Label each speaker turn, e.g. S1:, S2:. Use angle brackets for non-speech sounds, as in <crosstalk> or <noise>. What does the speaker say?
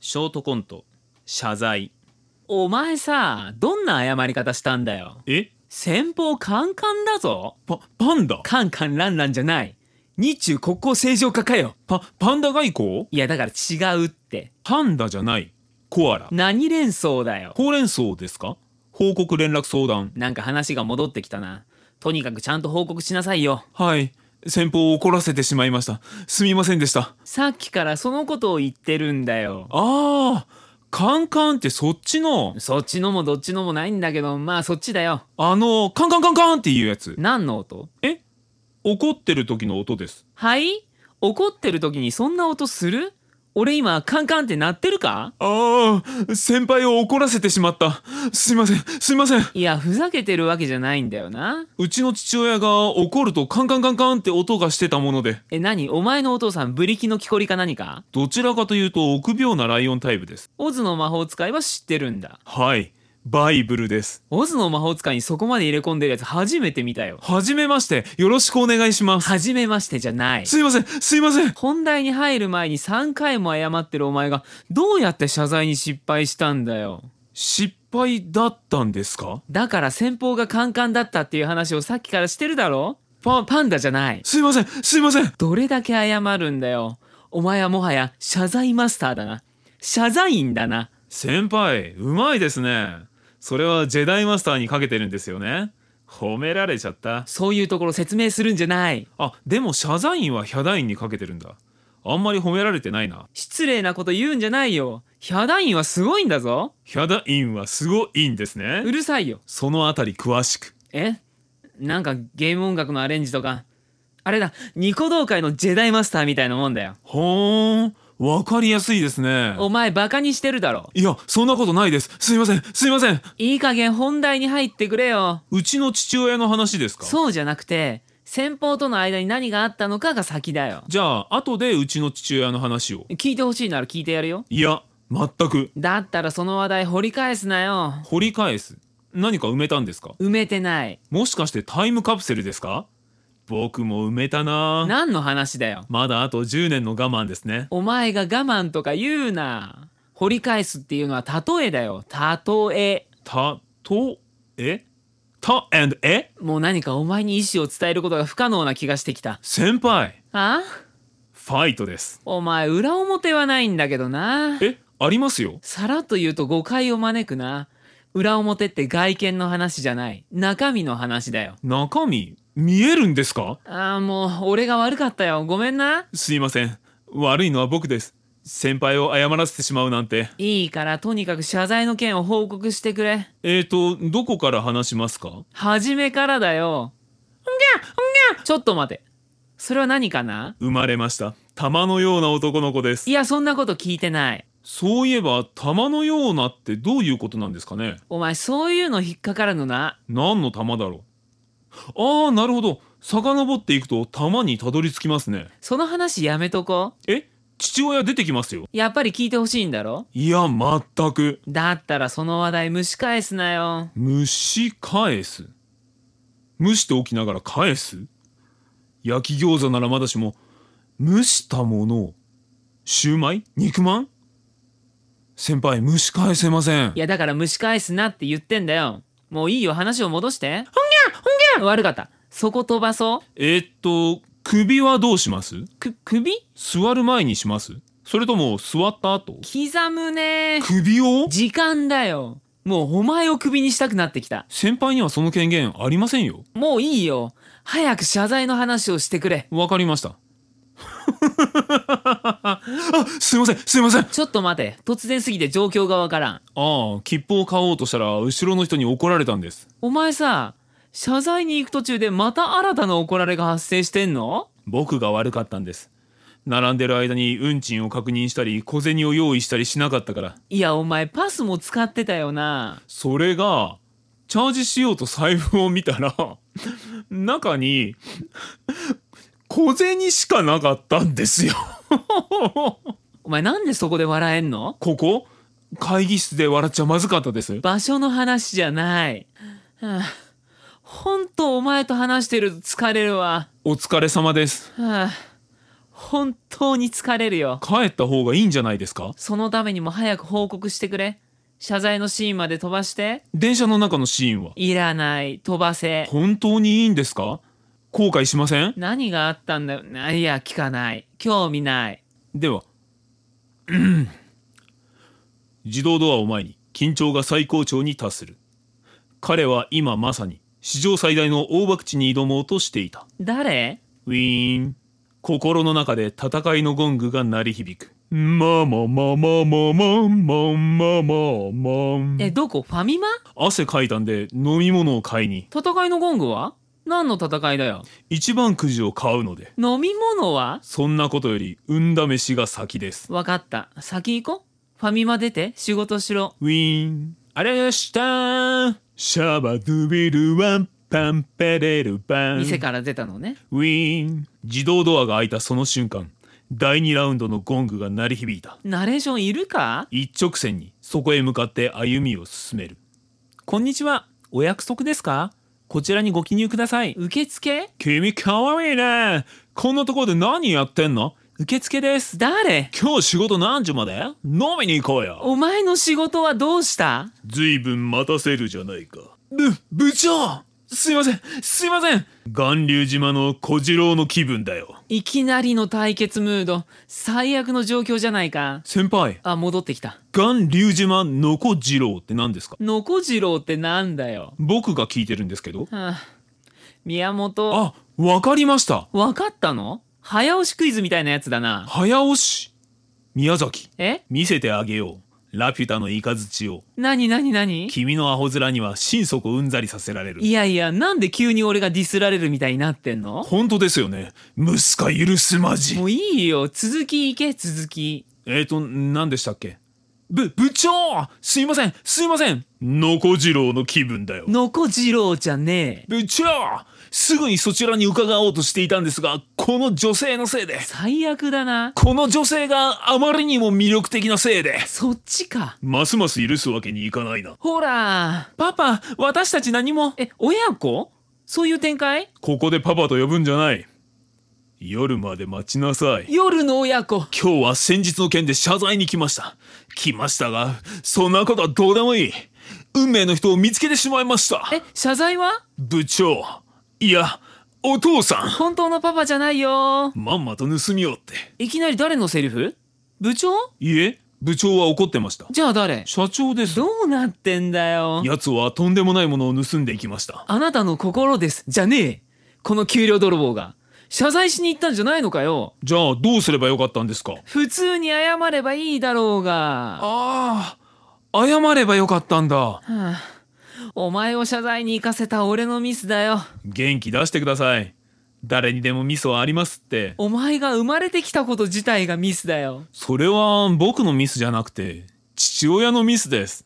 S1: ショートコント謝罪お前さどんな謝り方したんだよ
S2: え
S1: 先方カンカンだぞ
S2: パパンダ
S1: カンカンランランじゃない日中国交正常化かよ
S2: パパンダ外交
S1: いやだから違うって
S2: パンダじゃないコアラ
S1: 何連想だよ
S2: ほうれん草ですか報告連絡相談
S1: なんか話が戻ってきたなとにかくちゃんと報告しなさいよ
S2: はい先方を怒らせてしまいましたすみませんでした
S1: さっきからそのことを言ってるんだよ
S2: あーカンカンってそっちの
S1: そっちのもどっちのもないんだけどまあそっちだよ
S2: あのカンカンカンカンっていうやつ
S1: 何の音
S2: え怒ってる時の音です
S1: はい怒ってる時にそんな音する俺今カンカンって鳴ってるか
S2: ああ先輩を怒らせてしまったすいませんすいません
S1: いやふざけてるわけじゃないんだよな
S2: うちの父親が怒るとカンカンカンカンって音がしてたもので
S1: え何お前のお父さんブリキの木こりか何か
S2: どちらかというと臆病なライオンタイプです
S1: オズの魔法使いは知ってるんだ
S2: はいバイブルです
S1: オズの魔法使いにそこまで入れ込んでるやつ初めて見たよ
S2: はじめましてよろしくお願いします
S1: 初めましてじゃない
S2: すいませんすいません
S1: 本題に入る前に3回も謝ってるお前がどうやって謝罪に失敗したんだよ
S2: 失敗だったんですか
S1: だから先方がカンカンだったっていう話をさっきからしてるだろパパンダじゃない
S2: すいませんすいません
S1: どれだけ謝るんだよお前はもはや謝罪マスターだな謝罪員だな
S2: 先輩うまいですねそれはジェダイマスターにかけてるんですよね褒められちゃった
S1: そういうところ説明するんじゃない
S2: あでも謝罪員はヒャダインにかけてるんだあんまり褒められてないな
S1: 失礼なこと言うんじゃないよヒャダインはすごいんだぞ
S2: ヒャダインはすごいんです
S1: う
S2: ね
S1: るさいよ
S2: そのあたり詳しく
S1: えなんかゲーム音楽のアレンジとかあれだニコ動界のジェダイマスターみたいなもんだよ
S2: ほーんわかりやすいですね
S1: お前バカにしてるだろ
S2: いやそんなことないですすいませんすいません
S1: いい加減本題に入ってくれよ
S2: うちの父親の話ですか
S1: そうじゃなくて先方との間に何があったのかが先だよ
S2: じゃあ後でうちの父親の話を
S1: 聞いてほしいなら聞いてやるよ
S2: いや全く
S1: だったらその話題掘り返すなよ
S2: 掘り返す何か埋めたんですか
S1: 埋めてない
S2: もしかしてタイムカプセルですか僕も埋めたな
S1: 何の話だよ
S2: まだあと10年の我慢ですね
S1: お前が我慢とか言うな掘り返すっていうのは例えだよ例え
S2: たとえた and え
S1: もう何かお前に意思を伝えることが不可能な気がしてきた
S2: 先輩
S1: あ
S2: ファイトです
S1: お前裏表はないんだけどな
S2: えありますよ
S1: さらっと言うと誤解を招くな裏表って外見の話じゃない中身の話だよ
S2: 中身見えるんですか
S1: ああもう俺が悪かったよごめんな
S2: すいません悪いのは僕です先輩を謝らせてしまうなんて
S1: いいからとにかく謝罪の件を報告してくれ
S2: えーとどこから話しますか
S1: 初めからだよ。んぎゃんぎゃちょっと待て。それは何かな
S2: 生まれました玉のような男の子です
S1: いや、そんなこと聞いてない。
S2: そういえば玉のようなってどういうことなんですかね
S1: お前、そういうの引っかかるのな。
S2: 何の玉だろうああなるほど遡っていくと玉にたどり着きますね
S1: その話やめとこ
S2: え父親出てきますよ
S1: う。やっぱり聞いてほしいんだろ
S2: いや全く
S1: だったらその話題蒸し返すなよ。
S2: 蒸し返す蒸しておきながら返す焼き餃子ならまだしも蒸したものをシューマイ肉まん先輩蒸し返せません
S1: いや、だから蒸し返すなって言ってんだよ。もういいよ、話を戻して。ほんぎゃんほんぎゃん悪かった。そこ飛ばそ
S2: えーっと首はどうします
S1: う。く、首
S2: 座る前にしますそれとも座った後
S1: 刻むね
S2: 首を
S1: 時間だよ。もうお前を首にしたくなってきた。
S2: 先輩にはその権限ありませんよ
S1: もういいよ。早く謝罪の話をしてくれ。
S2: わかりました <laughs> あすいませんすいませんあ
S1: ちょっと待て。突然すぎて状況がわからん。
S2: あ切符を買おうとしたら後ろの人に怒られたんです
S1: お前さ、謝罪に行く途中でまた新たな怒られが発生してんの
S2: 僕が悪かったんです並んでる間に運賃を確認したり小銭を用意したりしなかったから
S1: いや、お前パスも使ってたよな。
S2: それがチャージしようと財布を見たら <laughs> 中に小銭しかなかったんですよ
S1: お前なんでそこで笑えんの
S2: ここ会議室で笑っちゃまずかったです
S1: 場所の話じゃない。はあ、ほんとお前と話してると疲れるわ。
S2: お疲れ様です
S1: はあ、本当に疲れるよ
S2: 帰った方がいいんじゃないですか
S1: そのためにも早く報告してくれ謝罪のシーンまで飛ばして
S2: 電車の中のシーンはい
S1: らない飛ばせ
S2: 本当にいいんですか後悔しません
S1: 何があったんだよいや聞かない興味ない
S2: では、うん自動ドアを前に緊張が最高潮に達する彼は今まさに史上最大の大博打に挑もうとしていた
S1: 誰
S2: ウィーン心の中で戦いのゴングが鳴り響くまあまあまあまあまあまあまあまあまあま
S1: えどこファミマ
S2: あ汗かいたんで飲み物を買いに
S1: 戦いのゴングは何の戦いだよ
S2: 一番くじを買うので
S1: 飲み物は
S2: そんなことより運試しが先です
S1: 分かった先行こうファミマ出て仕事しろ
S2: ウィーン。あれでしたシャバドゥビルワンパンペレルパン。ウ
S1: 店
S2: ィ
S1: から出たのね
S2: ーン。自動ドアが開いたその瞬間、第2ラウンドのゴングが鳴り響いた。
S1: ナレーションいるか
S2: 一直線にそこへ向かって歩みを進める。
S1: こんにちは
S2: お約束ですかこちらにご記入ください。
S1: 受付
S2: 君かわいいね。こんなところで何やってんの受付です。
S1: 誰
S2: 今日仕事何時まで飲みに行こうよ。
S1: お前の仕事はどうした
S2: ずいぶん待たせるじゃないか。ぶ、部長すいませんすいません巌流島の小次郎の気分だよ。
S1: いきなりの対決ムード最悪の状況じゃないか
S2: 先輩、
S1: あ戻ってきた
S2: 巌流島の小次郎って何ですか
S1: のこじろうってなんだよ
S2: 僕が聞いてるんですけど。
S1: はあ宮本
S2: あ、わかりました
S1: 分かったの早押しクイズみたいなやつだな
S2: 早押し宮崎、
S1: え
S2: 見せてあげよう。ラピュタの雷を。
S1: 何何何
S2: 君のアホ面には心底うんざりさせられる。
S1: いやいやなんで急に俺がディスられるみたいになってんの
S2: 本当ですよね。息子許すまじ
S1: も。ういいよ続きいけ続き
S2: えーと、何でしたっけぶ、部長すいませんすいませんのこじろうの気分だよ。
S1: のこじろうじゃねえ
S2: 部長すぐにそちらに伺おうとしていたんですが、この女性のせいで、
S1: 最悪だな
S2: この女性があまりにも魅力的なせいで、
S1: そっちか
S2: ますます許すわけにいかないな。
S1: ほら
S2: パパ、私たち何も。
S1: え親子そういう展開
S2: ここでパパと呼ぶんじゃない。夜まで待ちなさい。
S1: 夜の親子
S2: 今日は先日の件で謝罪に来ました。来ましたが、そんなことはどうでもいい。運命の人を見つけてしまいました。
S1: え謝罪は
S2: 部長。いや、お父さん。
S1: 本当のパパじゃないよ
S2: まんまと盗みようって。
S1: いきなり誰のセリフ部長
S2: いえ、部長は怒ってました。
S1: じゃあ誰
S2: 社長です。
S1: どうなってんだよ
S2: 奴はとんでもないものを盗んでいきました。
S1: あなたの心ですじゃねえこの給料泥棒が謝罪しに行ったんじゃないのかよ
S2: じゃあどうすればよかったんですか
S1: 普通に謝ればいいだろうが
S2: ああ、謝ればよかったんだ。
S1: お前を謝罪に行かせた俺のミスだよ
S2: 元気出してください。誰にでもミスはありますって。
S1: お前が生まれてきたこと自体がミスだよ
S2: それは僕のミスじゃなくて、父親のミスです。